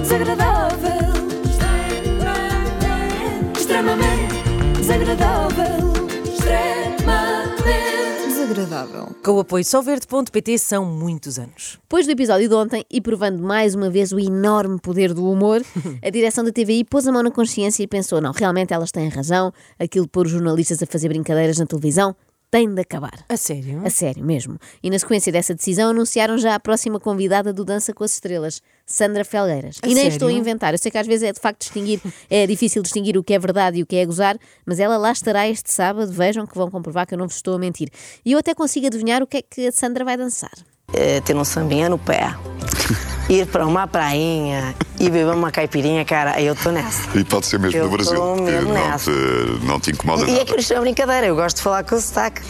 desagradável. Extremamente desagradável. Extremamente desagradável. Com o apoio solverde.pt são muitos anos. Depois do episódio de ontem e provando mais uma vez o enorme poder do humor, a direção da TVI pôs a mão na consciência e pensou: não, realmente elas têm razão, aquilo de pôr os jornalistas a fazer brincadeiras na televisão tem de acabar. A sério? A sério mesmo. E na sequência dessa decisão anunciaram já a próxima convidada do Dança com as Estrelas, Sandra Felgueiras. A e nem sério? estou a inventar. Eu sei que às vezes é de facto distinguir, é difícil distinguir o que é verdade e o que é gozar, mas ela lá estará este sábado. Vejam que vão comprovar que eu não vos estou a mentir. E eu até consigo adivinhar o que é que a Sandra vai dançar. é, ter um sambinha no pé, ir pra uma prainha e beber uma caipirinha, cara, aí eu tô nessa. E pode ser mesmo Eu no Brasil. tô que mesmo não, nessa. te, não te incomoda E é nada. que não é brincadeira, eu gosto de falar com o sotaque.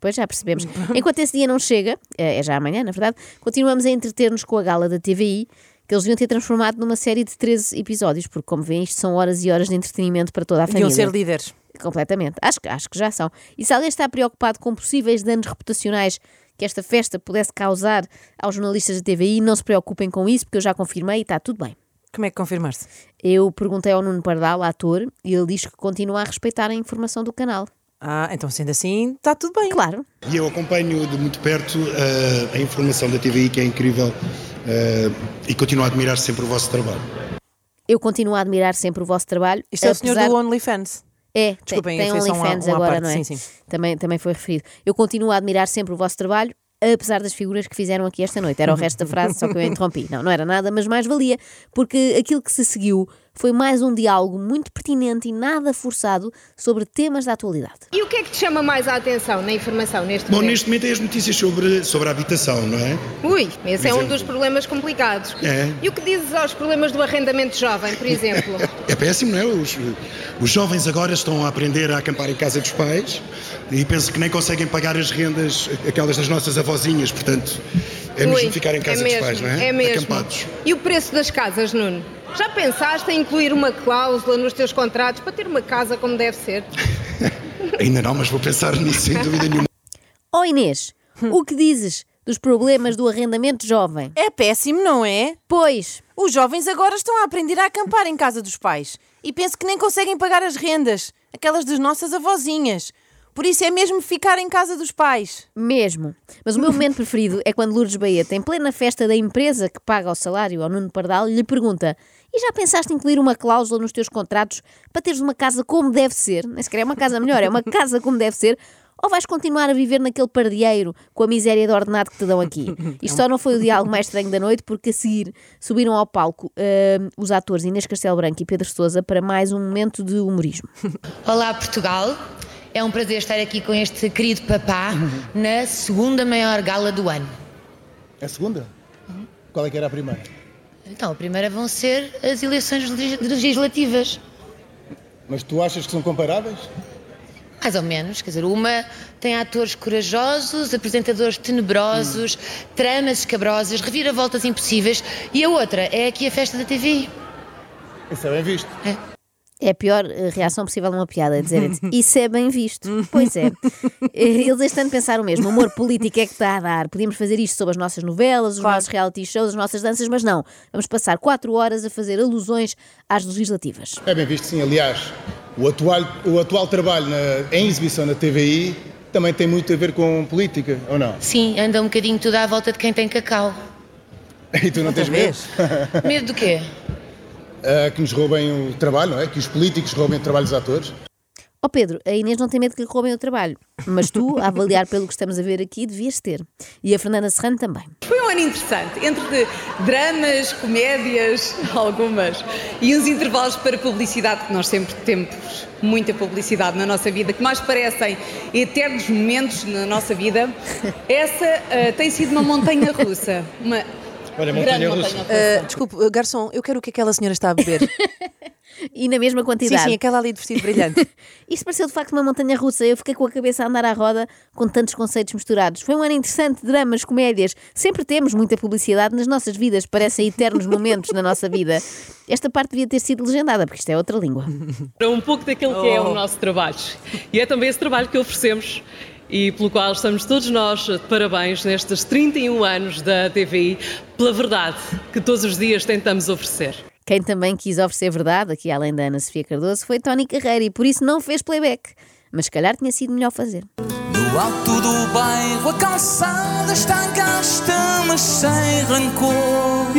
Pois já percebemos. Enquanto esse dia não chega, eh, é já amanhã, na verdade, continuamos a entreter-nos com a gala da TVI, que eles deviam ter transformado numa série de 13 episódios, porque, como veem, isto são horas e horas de entretenimento para toda a família. Deviam ser líderes. Completamente. Acho, que- acho que já são. E se alguém está preocupado com possíveis danos reputacionais que esta festa pudesse causar aos jornalistas da TVI, não se preocupem com isso, porque eu já confirmei e está tudo bem. Como é que confirmar-se? Eu perguntei ao Nuno Pardal, ator, e ele diz que continua a respeitar a informação do canal. Ah, então sendo assim, está tudo bem. Claro. E eu acompanho de muito perto eh, a informação da TVI, que é incrível, eh, e continuo a admirar sempre o vosso trabalho. Eu continuo a admirar sempre o vosso trabalho. Isto é o senhor apesar- do OnlyFans. É, Desculpem, tem, tem foi só uma- OnlyFans uma agora, parte, não é? sim, sim. Também, também foi referido. Eu continuo a admirar sempre o vosso trabalho, apesar das figuras que fizeram aqui esta noite. Era o resto da frase, só que eu interrompi. Não, não era nada, mas mais valia, porque aquilo que se seguiu foi mais um diálogo muito pertinente e nada forçado sobre temas da atualidade. E o que é que te chama mais a atenção na informação neste Bom, momento? neste momento é as notícias sobre, sobre a habitação, não é? Ui, esse é Por um exemplo. dos problemas complicados. É. E o que dizes aos problemas do arrendamento jovem, por exemplo? É péssimo, não é? Os, os jovens agora estão a aprender a acampar em casa dos pais e penso que nem conseguem pagar as rendas, aquelas das nossas avózinhas, portanto, é mesmo Ui, ficar em casa é dos mesmo, pais, não é? É mesmo. Acampados. E o preço das casas, Nuno? Já pensaste em incluir uma cláusula nos teus contratos para ter uma casa como deve ser? Ainda não, mas vou pensar nisso sem dúvida nenhuma. Ó Inês, o que dizes dos problemas do arrendamento jovem? É péssimo, não é? Pois, Os jovens agora estão a aprender a acampar em casa dos pais e penso que nem conseguem pagar as rendas, aquelas das nossas avózinhas. Por isso é mesmo ficar em casa dos pais. Mesmo. Mas o meu momento preferido é quando Lourdes Baeta, em plena festa da empresa que paga o salário ao Nuno Pardal, lhe pergunta: E já pensaste em incluir uma cláusula nos teus contratos para teres uma casa como deve ser? Nem sequer é uma casa melhor, é uma casa como deve ser. Ou vais continuar a viver naquele pardieiro com a miséria de ordenado que te dão aqui? Isto só não foi o diálogo mais estranho da noite, porque a seguir subiram ao palco hum, os atores Inês Castelo Branco e Pedro Sousa para mais um momento de humorismo. Olá Portugal, é um prazer estar aqui com este querido papá na segunda maior gala do ano. É a segunda? Qual é que era a primeira? Então, a primeira vão ser as eleições legis- legislativas, Mas tu achas que são comparáveis? mais ou menos, quer dizer, uma tem atores corajosos, apresentadores tenebrosos, tramas escabrosas, reviravoltas impossíveis e a outra é aqui a festa da TV. Isso é bem visto. É a pior eh, reação possível a uma piada, é dizer isso é bem visto. pois é. Eh, Eles este ano pensaram mesmo, o humor político é que está a dar. Podíamos fazer isto sobre as nossas novelas, os nossos reality shows, as nossas danças, mas não. Vamos passar quatro horas a fazer alusões às legislativas. É bem visto, sim. Aliás, o atual, o atual trabalho na- em exibição na TVI também tem muito a ver com política, ou não? Sim, anda um bocadinho tudo à volta de quem tem cacau. E tu não É tens É medo Medo do quê? Ah, que nos roubem o trabalho, não é? Que os políticos roubem o trabalho dos atores? Ó "Oh, Pedro, a Inês não tem medo que lhe roubem o trabalho, mas tu, a avaliar pelo que estamos a ver aqui, devias ter. E a Fernanda Serrano também. Foi um ano interessante, entre de dramas, comédias, algumas, e uns intervalos para publicidade, que nós sempre temos muita publicidade na nossa vida, que mais parecem eternos momentos na nossa vida. Essa ah, tem sido uma montanha russa. Uma Olha, grande montanha-russa. montanha russa. desculpe, uh, garçom, eu quero o que aquela senhora está a beber. E na mesma sim, quantidade. sim, aquela ali de vestido brilhante. Isto pareceu de facto uma montanha russa. Eu fiquei com a cabeça a andar à roda com tantos conceitos misturados. Foi um ano interessante, dramas, comédias. Sempre temos muita publicidade nas nossas vidas, parecem eternos momentos na nossa vida. Esta parte devia ter sido legendada, porque isto é outra língua. para um pouco daquilo que é Oh. o nosso trabalho. E é também esse trabalho que oferecemos e pelo qual estamos todos nós de parabéns um nestes 31 anos da TVI, pela verdade que todos os dias tentamos oferecer. Quem também quis oferecer verdade, aqui além da Ana Sofia Cardoso, foi Tony Carreira e por isso não fez playback. Mas se calhar tinha sido melhor fazer. No alto do bairro a calçada está gasta, mas sem rancor.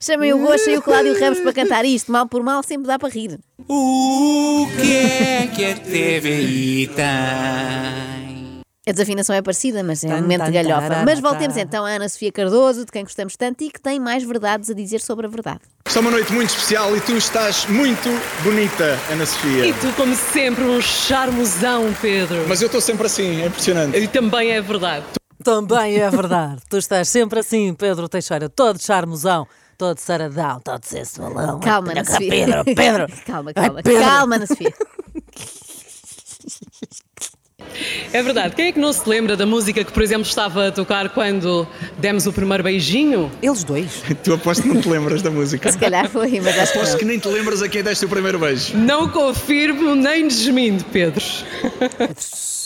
Chamem o Gosta e o Cláudio Ramos para cantar isto. Mal por mal sempre dá para rir. O que é que a TVI tem? A desafinação é parecida, mas é um Tan, momento de tan, tá. galhofa. tarara, Mas voltemos tarara. então à Ana Sofia Cardoso, de quem gostamos tanto e que tem mais verdades a dizer sobre a verdade. Está uma noite muito especial e tu estás muito bonita, Ana Sofia. E tu, como sempre, um charmosão, Pedro. Mas eu estou sempre assim, é impressionante. E também é verdade. Também é verdade. tu estás sempre assim, Pedro Teixeira, todo charmosão, todo saradão, todo sensualão. Calma, Ana Olha cá, Sofia. Pedro, Pedro. calma, Ai, calma. Pedro. Calma, Ana Sofia. É verdade. Quem é que não se lembra da música que, por exemplo, estava a tocar quando demos o primeiro beijinho? Eles dois. Tu aposto que não te lembras da música. Se calhar foi, mas acho que Aposto não. que nem te lembras a quem deste o primeiro beijo. Não confirmo nem desminto, Pedro.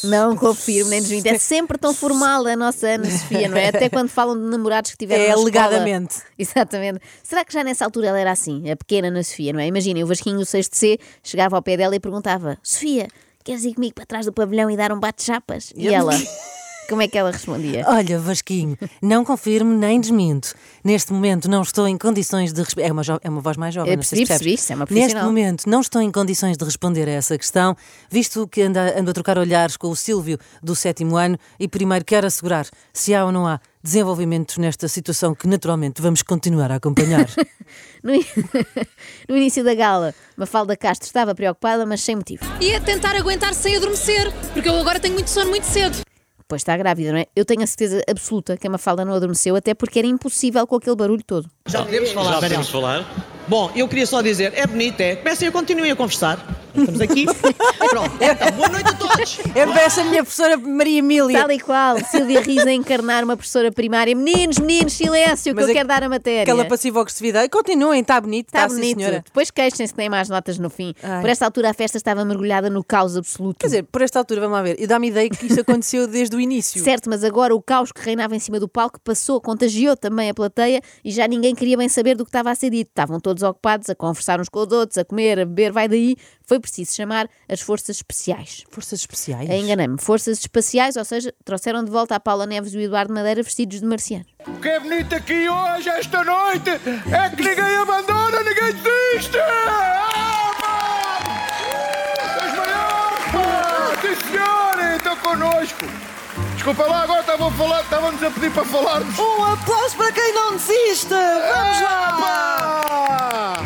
Não confirmo, nem desminto. É sempre tão formal a nossa Ana Sofia, não é? Até quando falam de namorados que tiveram É, na escola. alegadamente. Exatamente. Será que já nessa altura ela era assim, a pequena Ana Sofia, não é? Imaginem, o Vasquinho, o 6 de C, chegava ao pé dela e perguntava Sofia, queres ir comigo para trás do pavilhão e dar um bate-chapas? E Eu- ela, como é que ela respondia? Olha, Vasquinho, não confirmo nem desminto. Neste momento não estou em condições de responder. É, uma jo- é uma voz mais jovem, Eu não sei se percebi, percebes. percebi, isso é uma Neste profissional. momento não estou em condições de responder a essa questão, visto que anda, ando a trocar olhares com o Silvio do sétimo ano e primeiro quero assegurar se há ou não há desenvolvimentos nesta situação que naturalmente vamos continuar a acompanhar. No, in- no início da gala, Mafalda Castro estava preocupada, mas sem motivo. E é tentar aguentar sem adormecer, porque eu agora tenho muito sono muito cedo. Pois está grávida, não é? Eu tenho a certeza absoluta que a Mafalda não adormeceu, até porque era impossível com aquele barulho todo. Já podemos falar, Manel? falar? Bom, eu queria só dizer, é bonito, é. Comecem a continuem a conversar. Estamos aqui. Pronto. Então, boa noite a todos. É para essa minha professora Maria Emília. Tal e qual, Silvia Riz a encarnar uma professora primária. Meninos, meninos, silêncio, que Mas eu é- quero dar a matéria. Aquela passiva agressividade. Continuem, está bonito, está, Está sim, bonito. senhora. Depois queixem-se que têm mais notas no fim. Ai. Por esta altura a festa estava mergulhada no caos absoluto. Quer dizer, por esta altura, vamos lá ver. E dá-me ideia que isto aconteceu desde o início. Certo, mas agora o caos que reinava em cima do palco passou, contagiou também a plateia e já ninguém queria bem saber do que estava a ser dito. Estavam todos ocupados a conversar uns com os outros, a comer, a beber, vai daí. Foi preciso chamar as forças especiais. Forças especiais? Enganei-me. Forças espaciais, ou seja, trouxeram de volta a Paula Neves e o Eduardo Madeira vestidos de marciano. O que é bonito aqui hoje, esta noite, é que ninguém abandona, ninguém desiste! Ah, pá! Vocês maiores, pá! Sim, senhores, estão connosco! Desculpa lá, agora estavam a falar, estavam-nos a pedir para falarmos. Um aplauso para quem não desiste! Vamos lá!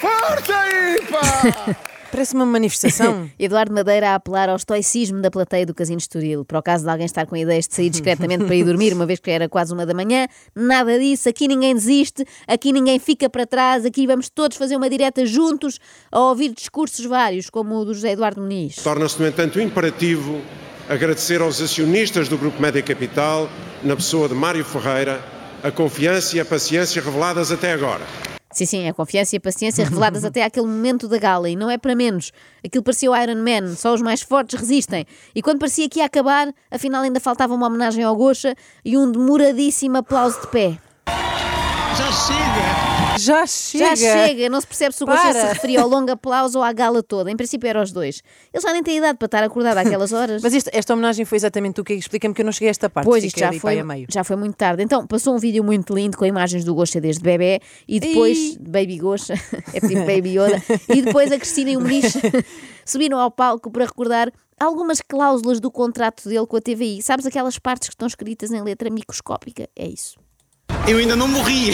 Força aí, pá! Parece uma manifestação. Eduardo Madeira a apelar ao estoicismo da plateia do Casino Estoril. Para o caso de alguém estar com ideias de sair discretamente para ir dormir, uma vez que era quase uma da manhã, nada disso, aqui ninguém desiste, aqui ninguém fica para trás, aqui vamos todos fazer uma direta juntos a ouvir discursos vários, como o do José Eduardo Muniz. Tá. Torna-se, no entanto, imperativo agradecer aos acionistas do Grupo Média Capital, na pessoa de Mário Ferreira, a confiança e a paciência reveladas até agora. Sim, sim, a confiança e a paciência reveladas até àquele momento da gala, e não é para menos. Aquilo parecia o Iron Man, só os mais fortes resistem. E quando parecia que ia acabar, afinal ainda faltava uma homenagem ao Gocha e um demoradíssimo aplauso de pé. Já chega. Já chega. Já chega, não se percebe se o Para. Gostei se referia ao longo aplauso ou à gala toda. Em princípio era os dois. Eles já nem têm idade para estar acordado àquelas horas. Mas isto- esta homenagem foi exatamente o que explica-me que eu não cheguei a esta parte. Pois, Fiquei isto já ali foi, para aí a meio. um já foi muito tarde. Então, passou um vídeo muito lindo com imagens do Gosha desde bebê e depois, Ih. Baby Gosha, é tipo Baby Yoda, e depois a Cristina e o Muniz subiram ao palco para recordar algumas cláusulas do contrato dele com a TVI. Sabes aquelas partes que estão escritas em letra microscópica? É isso. Eu ainda não morri.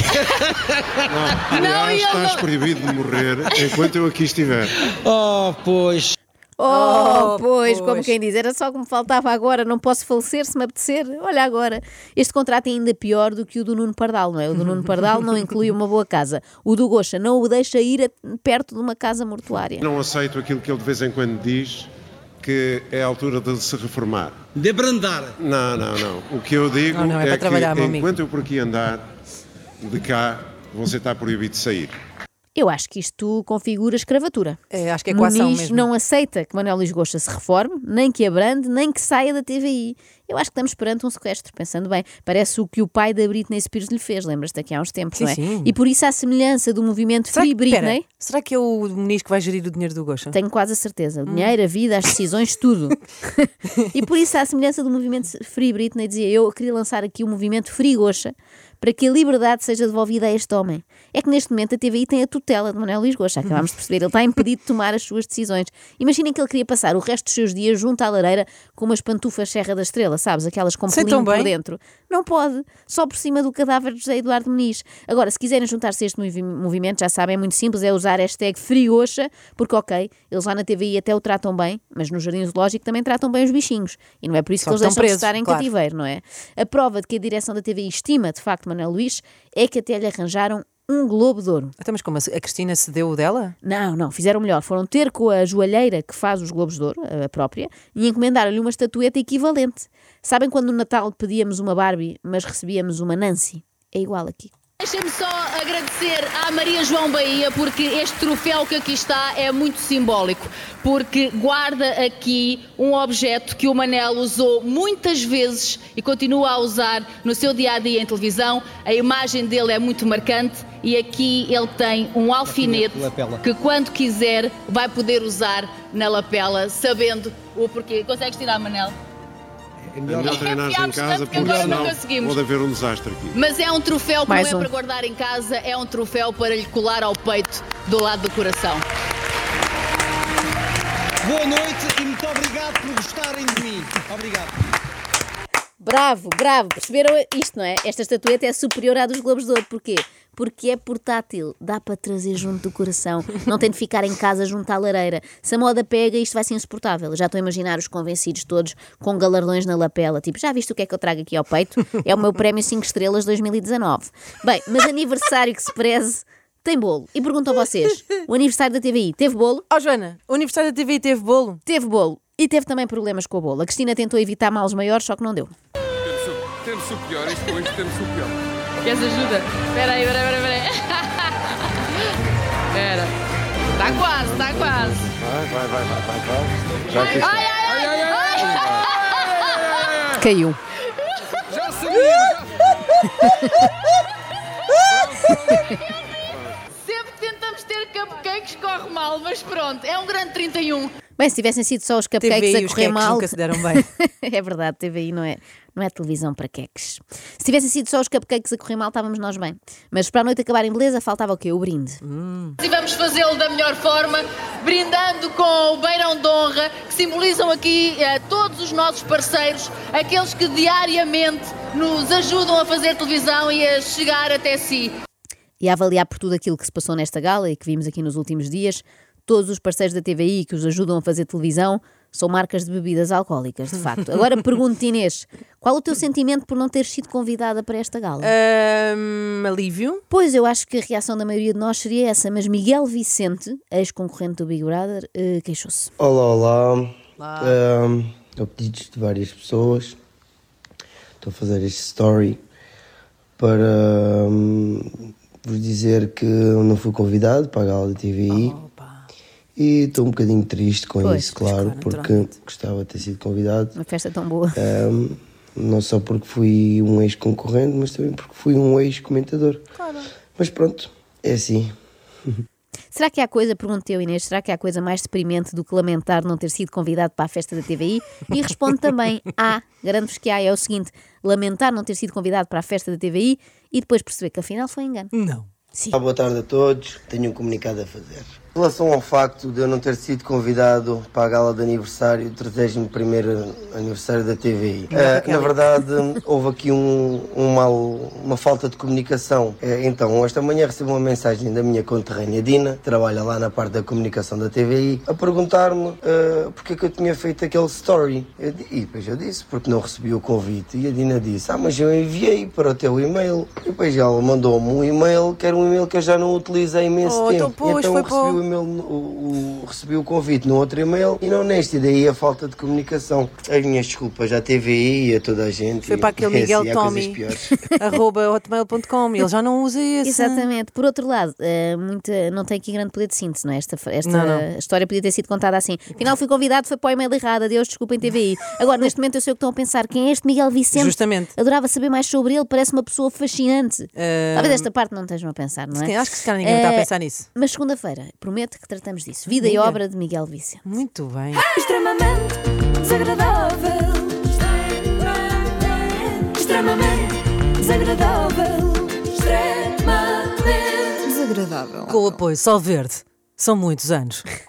Não, Aliás, estás proibido de morrer enquanto eu aqui estiver. Oh, pois. Oh, Oh, pois, pois. como quem diz, era só o que me faltava agora, não posso falecer se me apetecer. Olha agora, este contrato é ainda pior do que o do Nuno Pardal, não é? O do Nuno Pardal não inclui uma boa casa. O do Gocha não o deixa ir a- perto de uma casa mortuária. Não aceito aquilo que ele de vez em quando diz, que é a altura de se reformar. De brandar. Não, não, não. O que eu digo Não, não, é é, para trabalhar, que meu amigo. enquanto eu por aqui andar, de cá, você está proibido de sair. Eu acho que isto configura escravatura. acho que é coação Muniz mesmo. não aceita que Manuel Luís Gocha se reforme, nem que abrande, nem que saia da TVI. Eu acho que estamos perante um sequestro, pensando bem. Parece o que o pai da Britney Spears lhe fez, lembras-te aqui há uns tempos, Sim, não é? sim. E por isso há semelhança do movimento Será Free que- pera, Britney. será que é o ministro que vai gerir o dinheiro do Gosha? Tenho quase a Hum. certeza. O dinheiro, a vida, as decisões, tudo. e por isso, à semelhança do movimento Free Britney, dizia eu queria lançar aqui o movimento Free Goxa para que a liberdade seja devolvida a este homem. É que neste momento a TVI tem a tutela de Manuel Luís Goxa, acabámos de perceber. Ele está impedido de tomar as suas decisões. Imaginem que ele queria passar o resto dos seus dias junto à lareira com umas pantufas Serra da Estrela, sabes? Aquelas com Sei pelinho tão por bem. dentro. Não pode. Só por cima do cadáver de José Eduardo Meniz. Agora, se quiserem juntar-se a este movi- movimento, já sabem, é muito simples, é usar a hashtag FreeOxa, porque ok, eles lá na TVI até o tratam bem, mas no Jardim Zoológico também tratam bem os bichinhos. E não é por isso Só que eles que estão deixam de presos, estar em claro. cativeiro, não é? A prova de que a direção da TVI estima, de facto, Manuel Luís, é que até lhe arranjaram um globo de ouro. Até Então, mas como? A Cristina cedeu o dela? Não, não, fizeram melhor. Foram ter com a joalheira que faz os Globos de Ouro, a própria, e encomendaram-lhe uma estatueta equivalente. Sabem quando no Natal pedíamos uma Barbie, mas recebíamos uma Nancy? É igual aqui. Deixem-me só agradecer à Maria João Bahia, porque este troféu que aqui está é muito simbólico, porque guarda aqui um objeto que o Manel usou muitas vezes e continua a usar no seu dia a dia em televisão. A imagem dele é muito marcante e aqui ele tem um alfinete lapela. que, quando quiser, vai poder usar na lapela, sabendo o porquê. Consegues tirar, Manel? É melhor treinar em Enfiámos casa tanto que porque agora não senão conseguimos. pode haver um desastre aqui. Mas é um troféu que Mais não é um. para guardar em casa, é um troféu para lhe colar ao peito do lado do coração. Boa noite e muito obrigado por gostarem de mim. Obrigado. Bravo, bravo, perceberam isto, não é? Esta estatueta é superior à dos Globos de Ouro. Porquê? Porque é portátil, dá para trazer junto do coração, não tem de ficar em casa junto à lareira. Se a moda pega, isto vai ser insuportável. Eu Já estou a imaginar os convencidos todos com galardões na lapela, tipo, já viste o que é que eu trago aqui ao peito? É o meu prémio 5 estrelas 2019. Bem, mas aniversário que se preze tem bolo. E pergunto a vocês, o aniversário da TVI teve bolo? Ó Joana, o aniversário da TVI teve bolo? Teve bolo. E teve também problemas com o bolo. A Cristina tentou evitar males maiores, só que não deu. Temos o, temos o pior, isto hoje temos o pior. Queres ajuda? Espera aí, espera, espera, espera. Está quase, está quase. Vai, vai, vai, vai, vai, vai. Já que Ai, isto- ai, ai, ai, Caiu. Já sabia! já- Sempre que tentamos ter cupcakes, corre mal, mas pronto, é um grande 31. Bem, se tivessem sido só os cupcakes TVI, a os correr queques mal. nunca se deram bem. é verdade, TVI não é, não é televisão para queques. Se tivessem sido só os cupcakes a correr mal, estávamos nós bem. Mas para a noite acabar em beleza, faltava o quê? O brinde. Uhum. E vamos fazê-lo da melhor forma, brindando com o Beirão de Honra, que simbolizam aqui eh, todos os nossos parceiros, aqueles que diariamente nos ajudam a fazer televisão e a chegar até si. E a avaliar por tudo aquilo que se passou nesta gala e que vimos aqui nos últimos dias, todos os parceiros da TVI que os ajudam a fazer televisão são marcas de bebidas alcoólicas, de facto. Agora pergunto-te, Inês, qual o teu sentimento por não teres sido convidada para esta gala? alívio? Pois, eu acho que a reação da maioria de nós seria essa, mas Miguel Vicente, ex-concorrente do Big Brother, eh, queixou-se. Olá, olá. Ahm, a pedidos de várias pessoas, estou a fazer este story para ehm, ahm, vos dizer que eu não fui convidado para a gala da TVI e estou um bocadinho triste com Pois, isso, então. claro, porque gostava de ter sido convidado. Uma festa tão boa. Ahm, não só porque fui um ex-concorrente, mas também porque fui um ex-comentador. Mas pronto, é assim. Será que há coisa, perguntei eu Inês, será que há coisa mais deprimente do que lamentar não ter sido convidado para a festa da TVI? E responde também, há, garanto-vos que há, é o seguinte, lamentar não ter sido convidado para a festa da TVI e depois perceber que afinal foi engano. Não. Olá, Ah, boa tarde a todos. Tenho um comunicado a fazer. Em relação ao facto de eu não ter sido convidado para a gala de aniversário, do 31º aniversário da TVI, Não, eh, Raquel. na verdade houve aqui um, um mal, uma falta de comunicação. Eh, então, esta manhã recebi uma mensagem da minha conterrânea Dina, que trabalha lá na parte da comunicação da TVI, a perguntar-me eh, porque é que eu tinha feito aquele story. Eu di- e depois eu disse, porque não recebi o convite. E a Dina disse, ah, mas eu enviei para o teu e-mail. E depois ela mandou-me um e-mail, que era um e-mail que eu já não utilizo há imenso Oh, tempo. então, pois, então foi para eu recebi o o- e-mail, o- o- recebi o convite no outro e-mail e não neste. E daí a falta de comunicação. As minhas desculpas à TVI e a toda a gente. Foi para aquele É Miguel assim, há coisas Tommy, piores. arroba hotmail.com. Ele já não usa esse. Exatamente. Por outro lado, eh, muita, não tem aqui grande poder de síntese, não é? Esta, esta Não, não. história podia ter sido contada assim. Afinal, fui convidado, foi para o e-mail errado. Adeus, desculpem, TVI. Agora, neste momento, eu sei o que estão a pensar. Quem é este Miguel Vicente? Justamente. Adorava saber mais sobre ele, parece uma pessoa fascinante. Eh, Talvez esta parte não estejam a Tá pensar, não se é? calhar- acho que se calhar ninguém está a Eh, pensar nisso. Mas segunda-feira, prometo que tratamos disso. Vida e Mira. obra de Miguel Vicente. Muito bem. Extremamente desagradável. Extremamente desagradável. Extremamente desagradável. Com o apoio Sol Verde. São muitos anos.